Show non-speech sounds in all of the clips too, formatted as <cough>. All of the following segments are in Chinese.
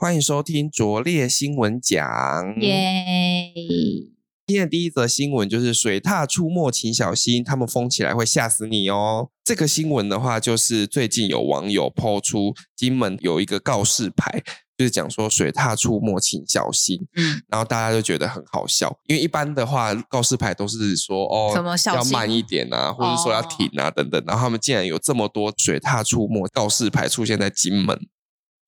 欢迎收听拙劣新闻奖。嗯耶、今天的第一则新闻就是水獭出没，请小心，它们疯起来会吓死你哦。这个新闻的话，就是最近有网友抛出金门有一个告示牌，就是讲说水獭出没，请小心。嗯，然后大家就觉得很好笑，因为一般的话告示牌都是说哦，什么哦小要心慢一点啊，或者说要停啊、等等。然后他们竟然有这么多水獭出没告示牌出现在金门，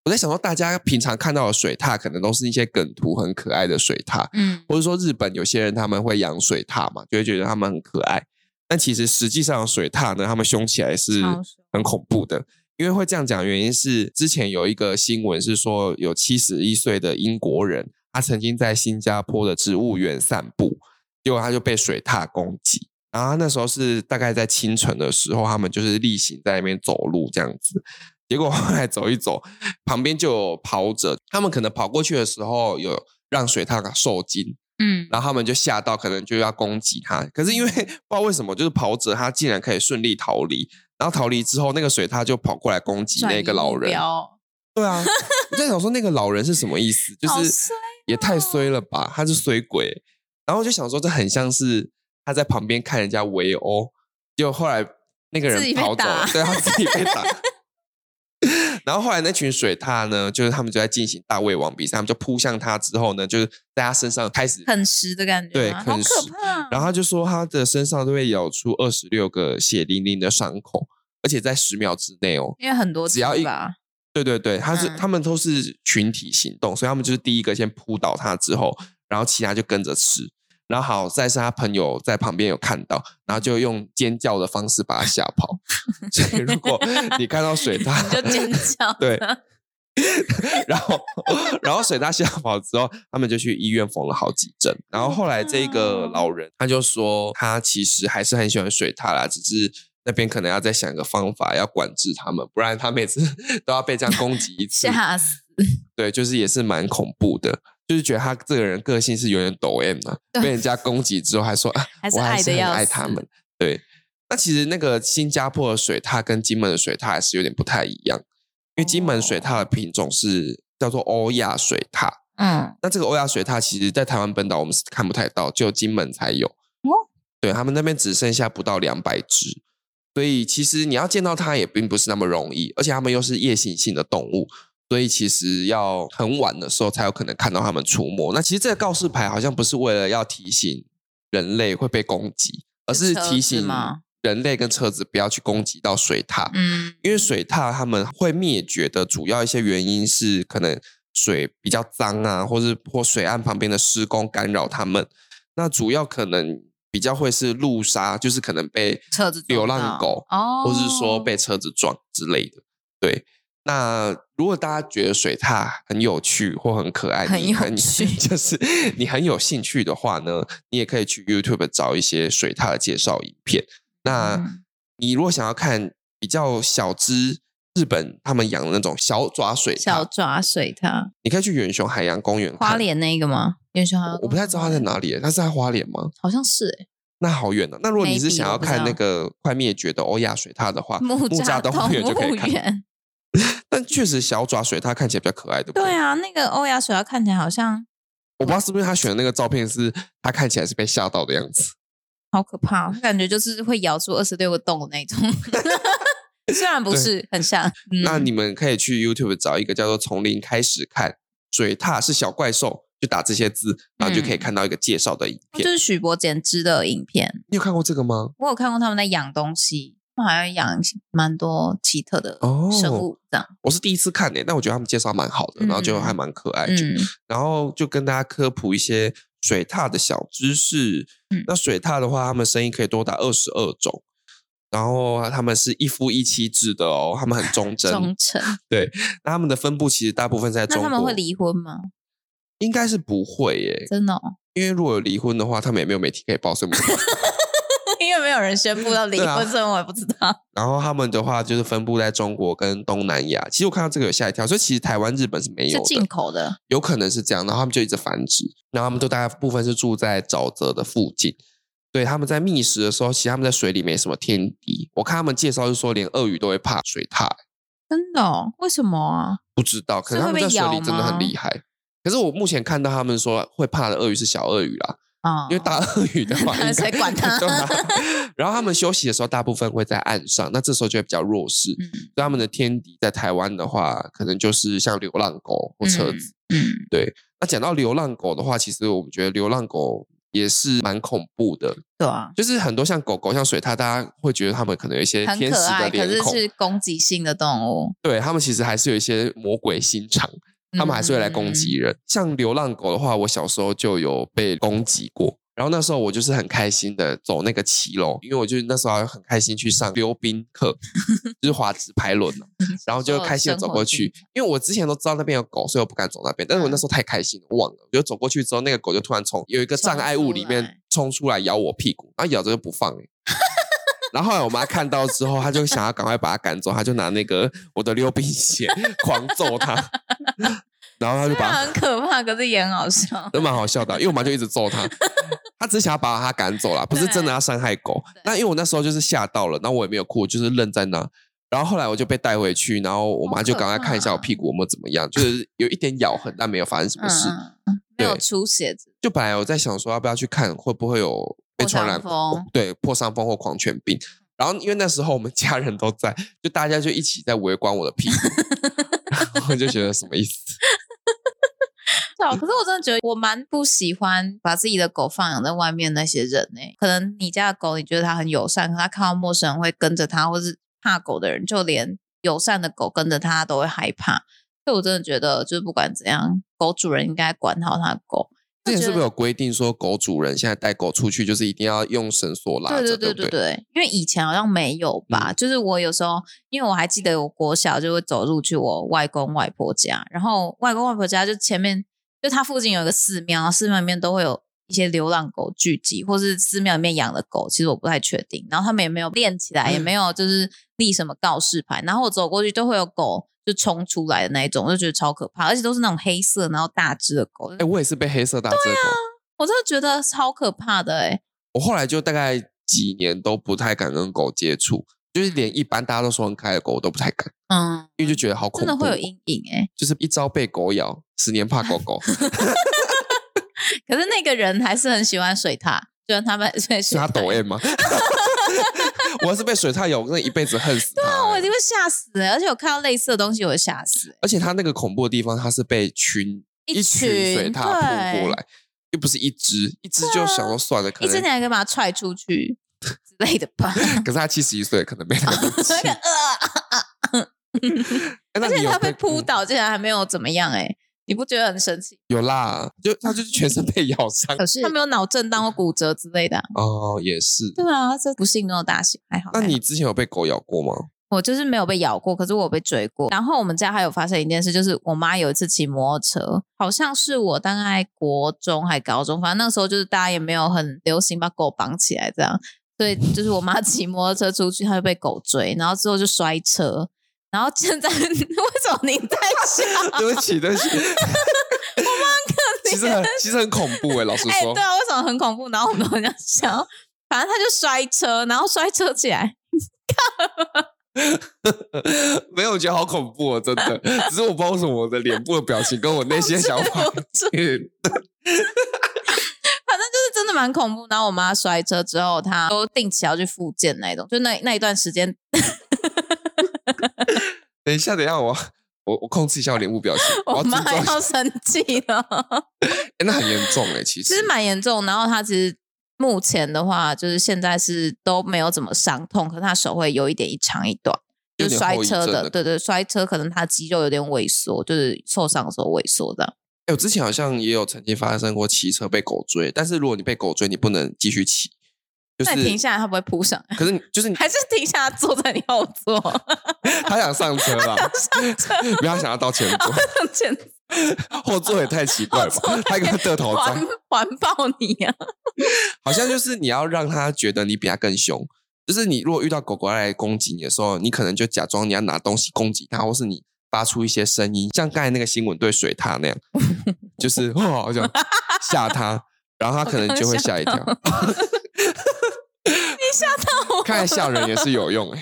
我在想说，大家平常看到的水獭可能都是一些梗图很可爱的水獭，嗯，或者说日本有些人他们会养水獭嘛，就会觉得它们很可爱。但其实实际上水獭呢，它们凶起来是超凶很恐怖的。因为会这样讲，原因是之前有一个新闻是说，有七十一岁的英国人，他曾经在新加坡的植物园散步，结果他就被水獭攻击。然后他那时候是大概在清晨的时候，他们就是例行在那边走路这样子，结果后来走一走，旁边就有跑者，他们可能跑过去的时候有让水獭受惊，嗯，然后他们就吓到，可能就要攻击他。可是因为 <laughs> 不知道为什么，就是跑者他竟然可以顺利逃离，然后逃离之后，那个水獭就跑过来攻击转那移个老目人。标对啊，我在想说那个老人是什么意思？就好是衰哦也太衰了吧，他是衰鬼。然后就想说，这很像是他在旁边看人家围殴，结果后来那个自人己被跑走了打，对他自己被打。 <laughs> 然后后来那群水獭呢，就是他们就在进行大胃王比赛，他们就扑向他之后呢，就是在他身上开始啃食的感觉对吗，好啃可食怕。然后他就说他的身上都会咬出二十六个血淋淋的伤口，而且在十秒之内哦。因为很多只要只一 <laughs> 吧，对对对，他是、嗯他们都是群体行动，所以他们就是第一个先扑倒他之后，然后其他就跟着吃。然后好在是他朋友在旁边有看到，然后就用尖叫的方式把他吓 <laughs> 跑。所以如果你看到水獭，。你就尖叫，对然后然后水大吓跑之后，他们就去医院缝了好几针。然后后来这个老人他就说，他其实还是很喜欢水獭啦，只是那边可能要再想个方法要管制他们，不然他每次 <laughs> 都要被这样攻击一次。吓死！对，就是也是蛮恐怖的。就是觉得他这个人个性是有点抖 M 的、被人家攻击之后还说啊，还是我还爱是的很要爱他死们。对，那其实那个新加坡的水獭跟金门的水獭还是有点不太一样，因为金门哦水獭的品种是叫做欧亚水獭，嗯，那这个欧亚水獭其实在台湾本岛我们是看不太到，只有金门才有。哦对他们那边只剩下不到两百只，所以其实你要见到它也并不是那么容易，而且它们又是夜行性的动物，所以其实要很晚的时候才有可能看到它们出没。那其实这个告示牌好像不是为了要提醒人类会被攻击，而是是车提子醒吗人类跟车子不要去攻击到水獭。嗯，因为水獭它们会灭绝的主要一些原因是可能水比较脏啊，或是或水岸旁边的施工干扰它们。那主要可能比较会是路杀，就是可能被车子撞流到浪狗，哦，或是说被车子撞之类的。对，那如果大家觉得水獭很有趣或很可爱，很你有趣 <laughs> 就是你很有兴趣的话呢，你也可以去 YouTube 找一些水獭的介绍影片。那、嗯你如果想要看比较小只日本他们养的那种小爪水小獭，爪水它你可以去远雄海洋公园看。花莲那个吗？元雄好像我，我不太知道它在，哪里，它是在花莲吗？好像是欸那好远啊！那如果你是 Maybe，想要我不看知道那个快灭绝的欧亚水獭的话，木栅动动物园就可以物看。园。但确实小爪水獭看起来比较可爱，对不对啊，那个欧亚水它看起来好像我不知道是不是他选的那个照片是他看起来是被吓到的样子。好可怕，哦感觉就是会咬出二十六个洞的那种。 <laughs> 虽然不对是很像，嗯、 <laughs> 那你们可以去 YouTube 找一个叫做“从零开始看水獭是小怪兽”，就打这些字，然后就可以嗯哦看到一个介绍的影就片。是许博剪枝的影片，你有看过这个吗？我有看过他们在养东西，他们好像养蛮多奇特的哦生物这样。我是第一次看诶、欸但我觉得他们介绍蛮好的，然后就嗯还蛮可爱的。嗯，然后就跟大家科普一些水獭的小知识。嗯那水獭的话，它们声音可以多达二十二种，然后它们是一夫一妻制的哦，它们很忠贞忠。诚。那它们的分布其实大部分是在中那国，他们会离婚吗？应该是不会耶、真的、哦，因为如果有离婚的话，他们也没有媒体可以报，所以我们不知道 <laughs> 因为没有人宣布要离对啊婚，所以我也不知道。然后他们的话就是分布在中国跟东南亚。其实我看到这个有吓一跳，所以其实台湾、日本是没有是的。进口的，有可能是这样，然后他们就一直繁殖，然后他们都大部分是住在沼泽的附近。对，他们在觅食的时候，其实他们在水里没什么天敌。我看他们介绍是说，连鳄鱼都会怕水獭。真的、哦？为什么啊？不知道，可能所他们以在会被水咬里真的吗很厉害。可是我目前看到他们说会怕的鳄鱼是小鳄鱼啦，啊，因为大鳄鱼 <laughs> 的话，应该谁管 <laughs> 它对啊然后他们休息的时候，大部分会在岸上，那这时候就会比较弱势。 <laughs> 嗯所以他们的天敌在台湾的话，可能就是像流浪狗或车子。嗯，那讲到流浪狗的话，其实我们觉得流浪狗也是蛮恐怖的，对啊，就是很多像狗狗、像水獭，大家会觉得它们可能有一些很天使可的爱，可脸是孔，是攻击性的动物，对它们其实还是有一些魔鬼心肠，它们还是会来攻嗯击人。像流浪狗的话，我小时候就有被攻击过。然后那时候我就是很开心的走那个骑楼，因为我就是那时候还很开心去上溜冰 <laughs> 课，就是滑直排轮啊然后就开心的走过去，因为我之前都知道那边有狗，所以我不敢走那边。但是我那时候太开心了，忘了，我就走过去之后，那个狗就突然从有一个障碍物里面冲出来咬我屁股，然后咬着就不放、欸然后后来我妈看到之后，她就想要赶快把它赶走，她就拿那个我的溜冰鞋 <laughs> 狂揍它，然后她就虽把它然很可怕，可是也很好 <laughs> 笑。都蛮好笑的，啊因为我妈就一直揍他，他只是想要把他赶走啦，不是真的要伤害狗。对那因为我那时候就是吓到了，然后我也没有哭，我就是愣在那。然后后来我就被带回去，然后我妈就赶快看一下我屁股有没有怎么样，就是有一点咬痕，但没有发生什么事。嗯，嗯没有出血之就本来我在想说要不要去看会不会有被破传染哦伤风嗯对破伤风或狂犬病。然后因为那时候我们家人都在，就大家就一起在围观我的屁 <laughs> 股，然后我就觉得什么意思？对啊，嗯可是我真的觉得我蛮不喜欢把自己的狗放养在外面那些人呢、可能你家的狗你觉得它很友善，可它看到陌生人会跟着它，或是怕狗的人，就连友善的狗跟着它都会害怕。所以我真的觉得，就是不管怎样，狗主人应该管好它的狗。之前觉是不得是有规定说狗主人现在带狗出去就是一定要用绳索拉对着，对对对不对嗯对对，因为以前好像没有吧，就是我有时候，因为我还记得我国小就会走路去我外公外婆家，然后外公外婆家就前面就它附近有一个寺庙，然后寺庙里面都会有一些流浪狗聚集，或是寺庙里面养的狗，其实我不太确定。然后他们也没有练起来，也嗯没有就是立什么告示牌，然后我走过去都会有狗就冲出来的那一种，我就觉得超可怕，而且都是那种黑色然后大只的狗，哎、我也是被黑色大只的狗，啊我真的觉得超可怕的哎、我后来就大概几年都不太敢跟狗接触，就是连一般大家都说很可爱的狗我都不太敢，嗯，因为就觉得好恐真怖，哦的会有阴影哎、就是一朝被狗咬，十年怕狗 <laughs> 狗，可是那个人还是很喜欢水獭，就让他们水是水他獭。抖 M 吗？ <laughs> 我要是被水獭咬，我真的一辈子恨死它、啊我一定会吓死、欸，而且我看到类似的东西，我会吓死、欸。而且它那个恐怖的地方，它是被群一群群水獭扑过对啊来，又不是一只，一只就想说算了，可一只能你还可以把它踹 <laughs> 出去之类的吧？可是他七十一岁，可能没那 <laughs> 么多气。那个呃，哎那而且你有它被扑过倒，竟然还没有怎么样、欸，你不觉得很神奇？有啦，就他就是全身被咬 <laughs> 伤是它没有脑震荡或骨折之类的啊、哦，也是。对啊，这不幸中的大幸，还好。那还好你之前有被狗咬过 <laughs> 吗？我就是没有被咬过，可是我有被追过。然后我们家还有发生一件事，就是我妈有一次骑摩托车，好像是我大概国中还高中，反正那个时候就是大家也没有很流行把狗绑起来这样，所以就是我妈 <laughs> 骑摩托车出去，她就被狗追，然后之后就摔车。然后现在 <laughs> 为什么你在笑？对不起，对不起。我蛮可怜。其实很其实很恐怖哎、老实哎、说，对啊，为什么很恐怖？然后我们好像笑，反正她就摔车，然后摔车起来， <laughs> 没有，我觉得好恐怖哦，真的。只是我不知道为什么我的脸部的表情跟我内心的哎想法控制不住嗯反正就是真的蛮恐怖。然后我妈摔车之后，她都定期要去复健那一种，就那那一段 <laughs> 时间，等一下，等一下，我我我控制一下我脸部表情，我我要尊妈重一下。要生气 <laughs> 了，哎那很严重哎、其其实实蛮严重。然后她其实目前的话，就是现在是都没有怎么伤痛，可她手会有一点一长一短。有点就是摔后遗车症的，的对对，摔车可能她肌肉有点萎缩，就是受伤的时候萎缩的。哎、我之前好像也有曾经发生过骑车被狗追，但是如果你被狗追，你不能继续骑，就那是你停下来，她不会扑上来， <laughs> 可是你就是你还是停下来坐在你后座，他想上车啦，不要想要到前座，简直哦后座也太奇怪了吧？他一个掉头环脏，环抱你啊！好像就是你要让他觉得你比他更凶。就是你如果遇到狗狗来攻击你的时候，你可能就假装你要拿东西攻击它，或是你发出一些声音，像刚才那个新闻对水獭 <laughs> 那样，就是哦，我想吓它，然后它可能就会吓一跳。你吓到我欸 <laughs> 看来吓人也是有用哎、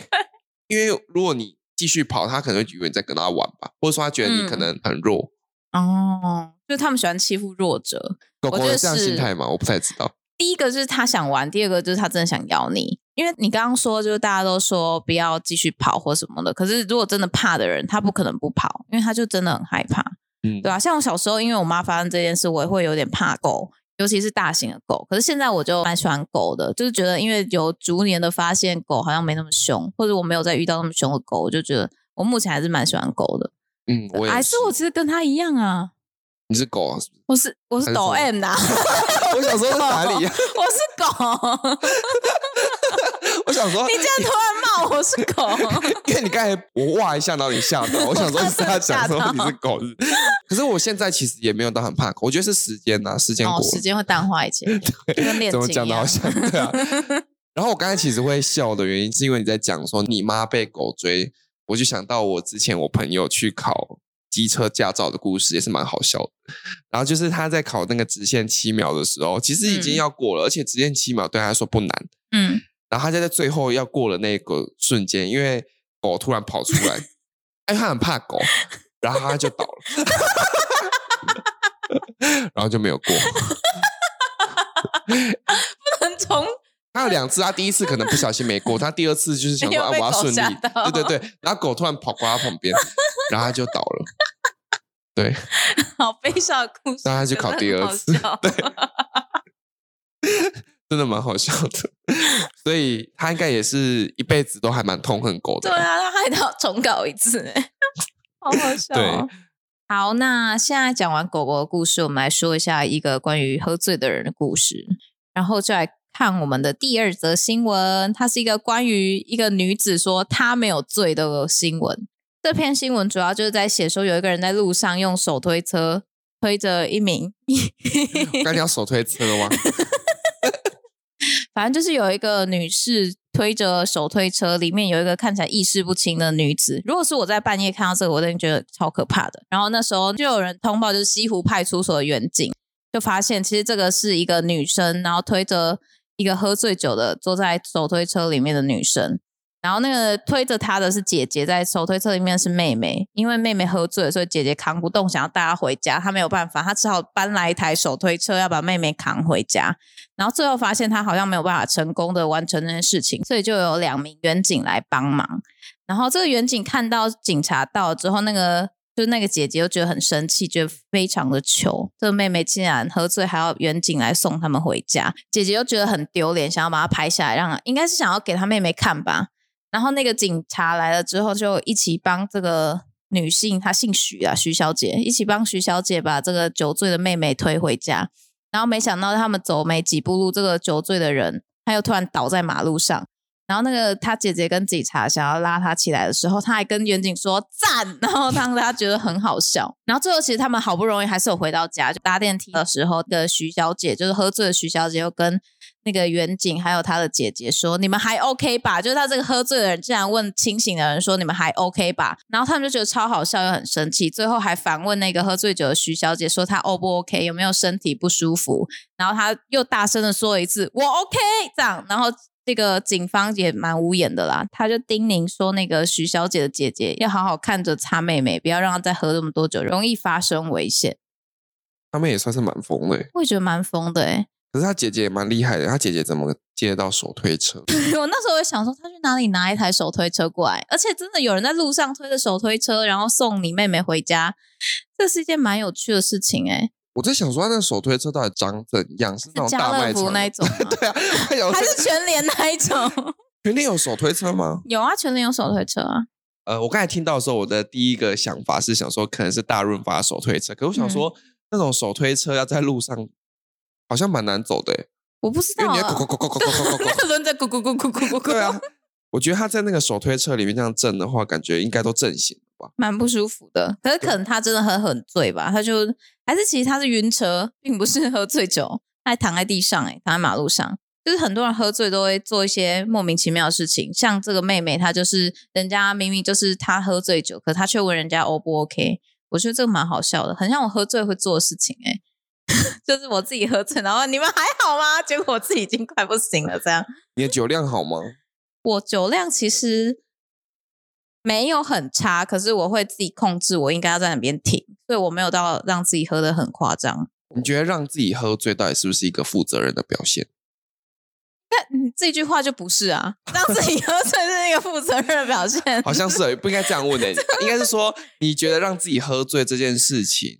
因为如果你继续跑，他可能会以为你在跟他玩吧，或者说他觉得你可嗯能很弱，哦，就他们喜欢欺负弱者。狗狗我觉有得这样心是态吗？我不太知道。第一个就是他想玩，第二个就是他真的想咬你。因为你刚刚说，就是大家都说不要继续跑或什么的，可是如果真的怕的人，他不可能不跑，因为他就真的很害怕，嗯对，吧、啊像我小时候，因为我妈发生这件事，我也会有点怕狗，尤其是大型的狗。可是现在我就蛮喜欢狗的，就是觉得因为有逐年的发现，狗好像没那么凶，或者我没有再遇到那么凶的狗，我就觉得我目前还是蛮喜欢狗的。嗯，我也还是我其实跟他一样啊，你是狗啊？是我是我还是是抖什么 M 的啊、不是我想说是哪里呀、啊我是狗。 <laughs> <laughs> 我想说，你竟然突然骂我是狗，因为你刚才我哇一下，然后你吓到，我想说是他讲说你是狗是不是，可是我现在其实也没有到很怕狗，我觉得是时间呐、时间过哦，了、时间会淡化 <laughs> 一切，就跟恋怎么情讲一的好样。像对 <laughs> 啊。然后我刚才其实会笑的原因，是因为你在讲说你妈被狗追，我就想到我之前我朋友去考机车驾照的故事，也是蛮好笑的。然后就是他在考那个直线七秒的时候，其实已经嗯要过了，而且直线七秒对他来说不难。嗯，然后他就在最后要过了那个瞬间，因为狗突然跑出 <laughs> 来，因为他很怕狗，然后他就倒了， <laughs> 然后就没有过。很从他有两次，他第一次可能不小心没过，他第二次就是想说又啊，我被要狗顺利吓，到对对对，然后狗突然跑过他旁边，然后他就倒了，好悲伤的故 <laughs> 事，那他去考第二次觉得 <laughs> <laughs> 很好笑啊真的蛮好笑的。所以他应该也是一辈子都还蛮痛恨狗的。对啊，他还要重搞一次， <laughs> 哎好好笑哦。好，那现在讲完狗狗的故事，我们来说一下一个关于喝醉的人的故事，然后就来看我们的第二则新闻，它是一个关于一个女子说她没有醉的新闻。这篇新闻主要就是在写说，有一个人在路上用手推车推着一名刚才要手推车啊吗？反正就是有一个女士推着手推车，里面有一个看起来意识不清的女子。如果是我在半夜看到这个，我真的觉得超可怕的。然后那时候就有人通报，就是西湖派出所的远警，就发现其实这个是一个女生，然后推着一个喝醉酒的坐在手推车里面的女生。然后那个推着她的是姐姐，在手推车里面是妹妹，因为妹妹喝醉了，所以姐姐扛不动，想要带她回家，她没有办法，她只好搬来一台手推车，要把妹妹扛回家。然后最后发现他好像没有办法成功的完成这件事情，所以就有两名远警来帮忙。然后这个远警看到警察到了之后，那个就是那个姐姐又觉得很生气，觉得非常的糗。这个妹妹竟然喝醉，还要远警来送他们回家，姐姐又觉得很丢脸，想要把她拍下来，让应该是想要给她妹妹看吧。然后那个警察来了之后，就一起帮这个女性，她姓许啊，徐小姐，一起帮徐小姐把这个酒醉的妹妹推回家。然后没想到他们走没几步路，这个酒醉的人他又突然倒在马路上。然后那个他姐姐跟警察想要拉他起来的时候，他还跟远景说赞， <laughs> 然后让大家觉得很好笑。然后最后其实他们好不容易还是有回到家，就搭电梯的时候，那个徐小姐就是喝醉的徐小姐又跟那个远景还有她的姐姐说：“你们还 OK 吧？”就是他这个喝醉的人竟然问清醒的人说：“你们还 OK 吧？”然后他们就觉得超好笑，又很生气，最后还反问那个喝醉酒的徐小姐说：“她 O 不 OK？有没有身体不舒服？”然后她又大声的说了一次：“我 OK。”这样，然后这个警方也蛮无言的啦，他就叮咛说：“那个徐小姐的姐姐要好好看着她妹妹，不要让她再喝那么多酒，容易发生危险。他们也算是蛮疯的欸、”我也觉得蛮疯的诶、欸可是他姐姐也蛮厉害的，他姐姐怎么接得到手推车？ <laughs> 我那时候也想说，他去哪里拿一台手推车过来？而且真的有人在路上推着手推车，然后送你妹妹回家，这是一件蛮有趣的事情哎、我在想说，他那手推车到底长怎样？是那种是家大卖乐福场那一的？ <laughs> 种吗？对啊，我想还说是全联那 <laughs> 一种？全联有手推车吗？有啊，全联有手推车啊。呃，我刚才听到的时候，我的第一个想法是想说，可能是大润发手推车。可我想说，那种手推车要在路上，好像蛮难走的欸，我不知因道为你要咕咕咕啊，咕咕咕咕咕咕 <laughs> 那咕。个轮子咕咕咕咕咕咕对咕，啊，我觉得他在那个手推车里面这样震的话，感觉应该都震醒了吧？蛮不舒服的。可是可能他真的很很醉吧，他就还是其实他是晕车，并不是喝醉酒， <laughs> 他还躺在地上、欸，哎，躺在马路上。就是很多人喝醉都会做一些莫名其妙的事情，像这个妹妹，她就是人家明明就是她喝醉酒，可她却问人家 O 不 OK，我觉得这个蛮好笑的，很像我喝醉会做的事情哎、 <laughs> 就是我自己喝醉，然后你们还好吗？结果我自己已经快不行了，这样。你的酒量好吗？我酒量其实没有很差，可是我会自己控制，我应该要在哪边停，所以我没有到让自己喝的很夸张。你觉得让自己喝醉到底是不是一个负责任的表现？但你这句话就不是啊，让自己喝醉是一个负责任的表现。好像是欸不应该这样问的、应该是说你觉得让自己喝醉这件事情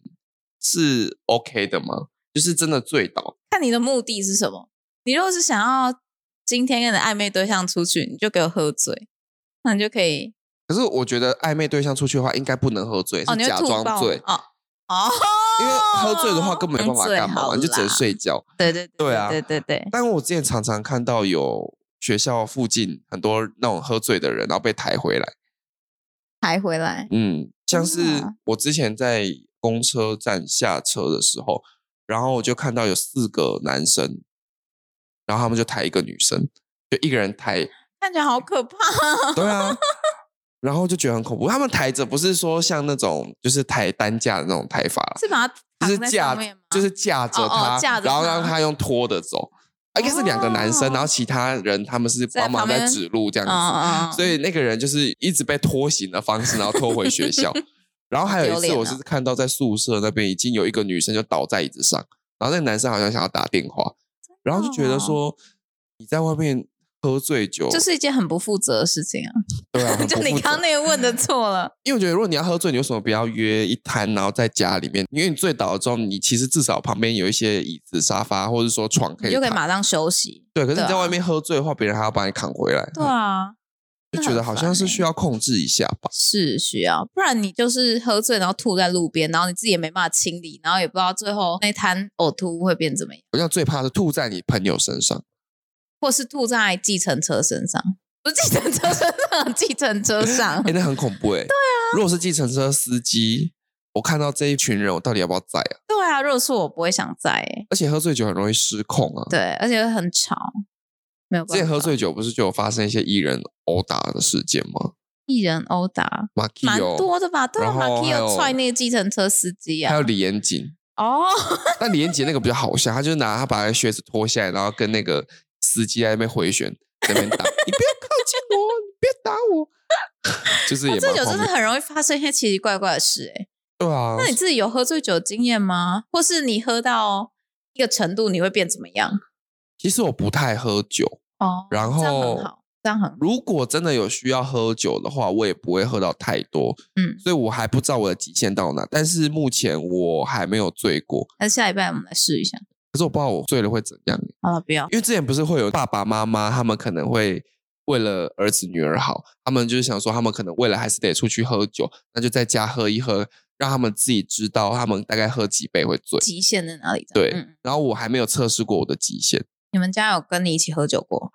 是 OK 的吗？就是真的醉倒，看你的目的是什么。你如果是想要今天跟你的暧昧对象出去，你就给我喝醉，那你就可以可是我觉得暧昧对象出去的话，应该不能喝醉，哦，是你会假吐装爆醉，哦哦，因为喝醉的话根本没办法嗯醉干嘛好嘛，你就只能啦睡觉。对对对啊对对对，但我之前常常看到有学校附近很多那种喝醉的人，然后被抬回来。抬回来，嗯，像是真的啊我之前在公车站下车的时候，然后我就看到有四个男生，然后他们就抬一个女生，就一个人抬。看起来好可怕啊。对 <laughs> 啊。然后就觉得很恐怖，他们抬着不是说像那种就是抬担架的那种抬法啦，是把它就扛是在架上面吗，就是架着哦哦他，架着然后让他哦他用拖的走。啊应该是两个男生，然后其他人他们是在帮忙旁在边指路这样子。嗯嗯，嗯所以那个人就是一直被拖行的方式，然后拖回学校。 <laughs> 然后还有一丢次，脸我啊是看到在宿舍那边已经有一个女生就倒在椅子上，然后那个男生好像想要打电话，然后就觉得说你在外面喝醉酒，啊就是一件很不负责的事情啊。对啊，很就不你负责刚刚那个问的错了，因为我觉得如果你要喝醉，你为什么不要约一摊，然后在家里面？因为你醉倒了之后，你其实至少旁边有一些椅子、沙发，或者说床 <laughs> 可你以嗯就可以躺。马上休息。对，可是对你在啊外面喝醉的话，别人还要把你扛回来，对啊，就那觉很得好烦像是欸需要控制一下吧。是需要，不然你就是喝醉，然后吐在路边，然后你自己也没办法清理，然后也不知道最后那滩呕吐物会变怎么样，我像最怕是吐在你朋友身上。或是吐在计程车身上，不是计程车身上， <laughs> 计程车上哎、。那很恐怖 <laughs> 哎、对啊，如果是计程车司机，我看到这一群人，我到底要不要载啊？对啊，如果是我不会想在、欸，而且喝醉酒很容易失控啊。对，而且会很吵，没有之办前法。喝醉酒不是就有发生一些艺人殴打的事件吗一人殴打马 a 蛮 k i 多的吧？对啊，哦然后马奎还有又踹那个计程车司机还啊有。李延景，哦，但李延景那个比较好笑，他就拿他把他靴子脱下来，然后跟那个司机在那边回旋，在那边打，你不要靠近我，你不要打我， <laughs> 就是也喝哦醉酒蛮荒真的谬。很容易发生一些奇奇怪怪的事、欸，对啊，那你自己有喝醉酒的经验吗？或是你喝到一个程度，你会变怎么样？其实我不太喝酒，哦，然后这样很好，这样很好。如果真的有需要喝酒的话，我也不会喝到太多，嗯，所以我还不知道我的极限到哪。但是目前我还没有醉过，那下礼拜我们来试一下。可是我不知道我醉了会怎样。好了，不要。因为之前不是会有爸爸妈妈，他们可能会为了儿子女儿好，他们就是想说，他们可能为了还是得出去喝酒，那就在家喝一喝，让他们自己知道他们大概喝几杯会醉。极限在哪里？对，嗯，然后我还没有测试过我的极限。你们家有跟你一起喝酒过？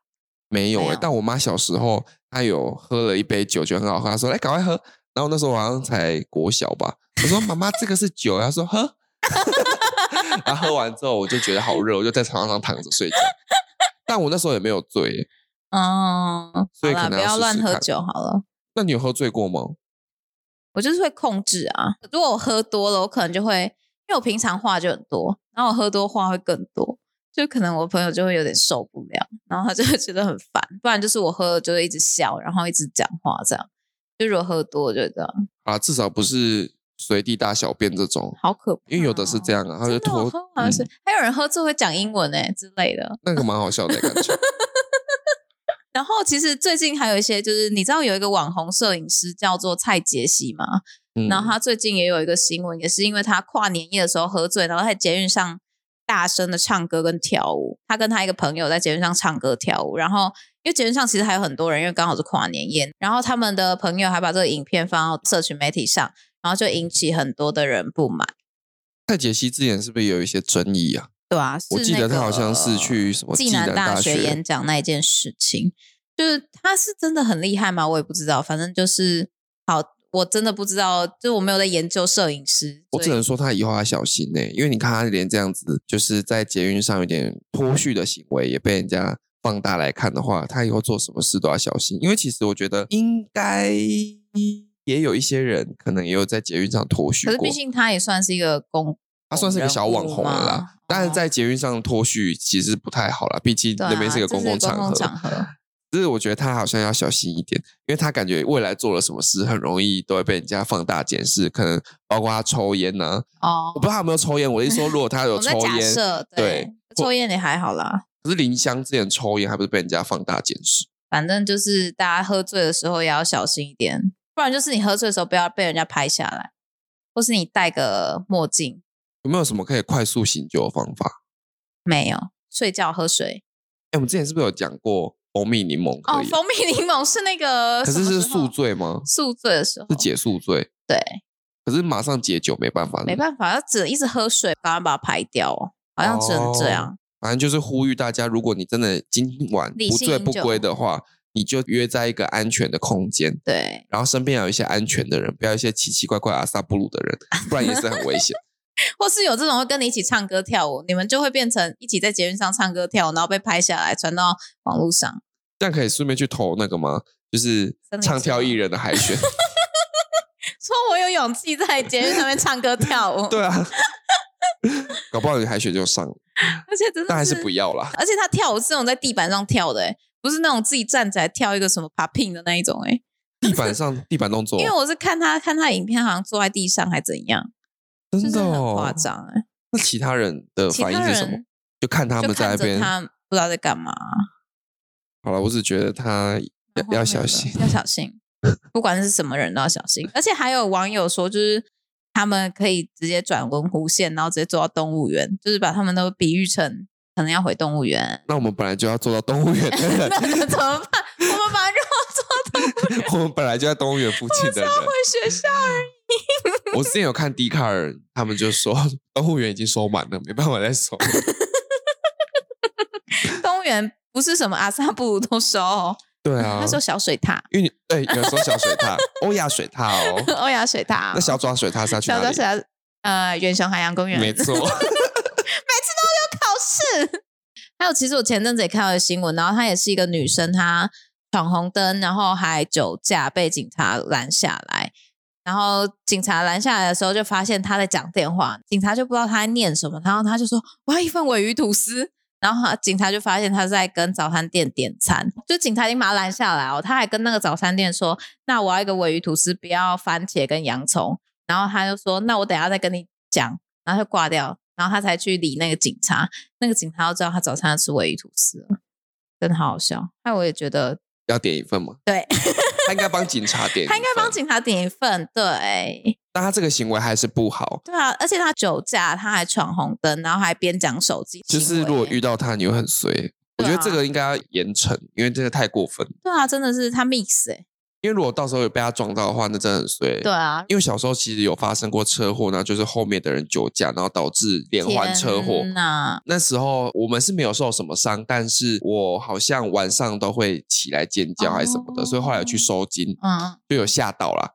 没有没哎、有但我妈小时候她有喝了一杯酒，觉得很好喝，她说：“来，哎赶快喝。”然后那时候我好像才国小吧，我说：“妈妈，这个是酒。”啊她说：“喝。” <laughs> 然后喝完之后，我就觉得好热，我就在床上躺着睡觉。但我那时候也没有醉欸、哦，所好以啦，可能不要要试乱试喝看酒好了。那你有喝醉过吗？我就是会控制啊，如果我喝多了，我可能就会，因为我平常话就很多，然后我喝多话会更多，就可能我朋友就会有点受不了，然后他就会觉得很烦。不然就是我喝了就会一直笑，然后一直讲话这样。就如果喝多了就这样，啊，至少不是随地大小便这种，好可怕、因为有的是这样。样啊，他真就的哦拖我喝完是、嗯还有人喝醉会讲英文哎、之类的，那个蛮好笑的 <laughs> 感觉。然后其实最近还有一些，就是你知道有一个网红摄影师叫做蔡杰西吗？嗯然后他最近也有一个新闻，也是因为他跨年夜的时候喝醉，然后在捷运上大声的唱歌跟跳舞。他跟他一个朋友在捷运上唱歌跳舞，然后因为捷运上其实还有很多人，因为刚好是跨年夜，然后他们的朋友还把这个影片放到社群媒体上，然后就引起很多的人不满。蔡杰西之前是不是也有一些争议啊？对啊，我是记那得他个好像是去什么暨暨南南大大学学演讲那一件事情，就是他是真的很厉害吗？我也不知道，反正就是好，我真的不知道，就我没有在研究摄影师，我只所以能说他以后要小心呢、因为你看他连这样子，就是在捷运上有点脱序的行为，也被人家放大来看的话，他以后做什么事都要小心。因为其实我觉得应该也有一些人可能也有在捷运上脱序可是过毕，竟他也算是一个公，他算是一个小网红了啦。但是在捷运上脱序其实不太好啦，毕竟哦对啊那边是一个这公共场合。场合只是我觉得他好像要小心一点，因为他感觉未来做了什么事，很容易都会被人家放大检视，可能包括他抽烟呐、哦我不。知道他有没有抽烟。我的意思说，如果他有 <laughs> 我抽们在假烟，设，对，抽烟也还好啦，可是林湘之前抽烟，还不是被人家放大检视？反正就是大家喝醉的时候也要小心一点，不然就是你喝醉的时候不要被人家拍下来，或是你戴个墨镜。有没有什么可以快速醒酒的方法？没有，睡觉喝水。哎、我们之前是不是有讲过蜂蜜柠檬哦可，以？蜂蜜柠檬是那个可什是么时候，是宿醉吗？宿醉的时候是解宿醉，对，可是马上解酒没办法，没办法，要只能一直喝水，赶快把它排掉哦，好像只能这样。反正就是呼吁大家，如果你真的今晚理不性醉饮不酒归的话，你就约在一个安全的空间，对，然后身边要有一些安全的人，不要一些奇奇怪怪阿萨布鲁的人，不然也是很危 <laughs> 险。或是有这种会跟你一起唱歌跳舞，你们就会变成一起在捷运上唱歌跳舞，然后被拍下来传到网络上。这样可以顺便去投那个吗？就是森林唱跳之王艺人的海选。 <laughs> 说我有勇气在捷运上面唱歌跳 <laughs> 舞，对啊，搞不好你海选就上了，而且真的但还是不要啦。而且他跳舞是那种在地板上跳的、欸，不是那种自己站起来跳一个什么 popping 的那一种、欸，地板上地板动作因，为我是看他看他影片，好像坐在地上还怎样，真就是的很哦夸张、欸，那其他人的其反他应是什么人？就看他就们在那看着边。他不知道在干嘛，好了，我只觉得他然要后那要个小心。，要小心，不管是什么人都要小心。而且还有网友说，就是他们可以直接转文湖线，然后直接坐到动物园，就是把他们都比喻成可能要回动物园 <laughs> 那我们本来就要做到动物 <laughs> 园的人那，怎么办？我们把肉坐到我们本来就在动物园附近的人。回学校而已。我之前有看迪卡尔，他们就说动物园已经收满了，没办法再收了。动物园不是什么阿萨布鲁都收哦，对啊他，说小水獭、 <laughs> 因为你对有时候小水獭，欧亚水獭哦，欧亚水獭哦、那小爪水獭是要去小哪小里？水獭，呃，远雄海洋公园。没错，考试。 <laughs> 还有，其实我前阵子也看到一个新闻，然后她也是一个女生，她闯红灯，然后还酒驾被警察拦下来。然后警察拦下来的时候，就发现她在讲电话，警察就不知道她在念什么，然后她就说：“我要一份尾鱼吐司。”然后她警察就发现她在跟早餐店点餐，就警察已经把她拦下来哦，她还跟那个早餐店说：“那我要一个尾鱼吐司，不要番茄跟洋葱。”然后她就说：“那我等一下再跟你讲。”然后就挂掉，然后他才去理那个警察。那个警察要知道他早餐要吃尾鱼吐司了，真的好好笑。那我也觉得，要点一份吗？对 <laughs> 他应该帮警察点，他应该帮，警察点一份，对，但他这个行为还是不好。对啊，而且他酒驾，他还闯红灯，然后还边讲手机就行为，啊是如果遇到他，你会很衰。我觉得这个应该要严惩，因为这个太过分。对啊，真的是他 mix 哎、因为如果到时候有被他撞到的话，那真的很衰。对，啊，因为小时候其实有发生过车祸，然后就是后面的人酒驾，然后导致连环车祸。那那时候我们是没有受什么伤，但是我好像晚上都会起来尖叫还是什么的，哦所以后来有去收金，嗯，就有吓到啦。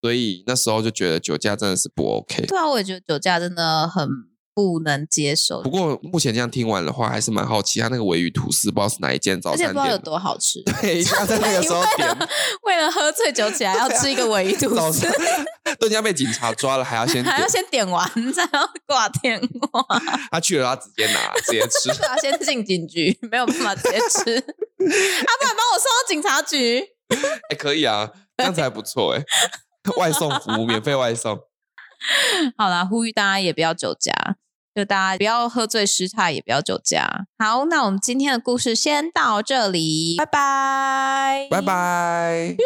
所以那时候就觉得酒驾真的是不 OK。对啊，我也觉得酒驾真的很不能接受不，过目前这样听完的话，还是蛮好奇他那个鲔鱼吐司，不知道是哪一间早而且餐不知道有店。多好吃。 <laughs> 对，一下在那个时候点为了喝醉酒起来要吃一个尾鱼 <laughs> <laughs> 吐早司，餐，都人家被警察抓了，还要先点还要，先点完，再要挂电话，他去了他直接拿直接吃。 <laughs> 对啊，先进警局，没有办法直接吃。啊，不然帮我送到警察局。哎、可以啊，这样子还不错哎、外送服务，免费外送。好啦，呼吁大家也不要酒驾，就大家不要喝醉失态，也不要酒驾。好，那我们今天的故事先到这里，拜拜，拜。拜。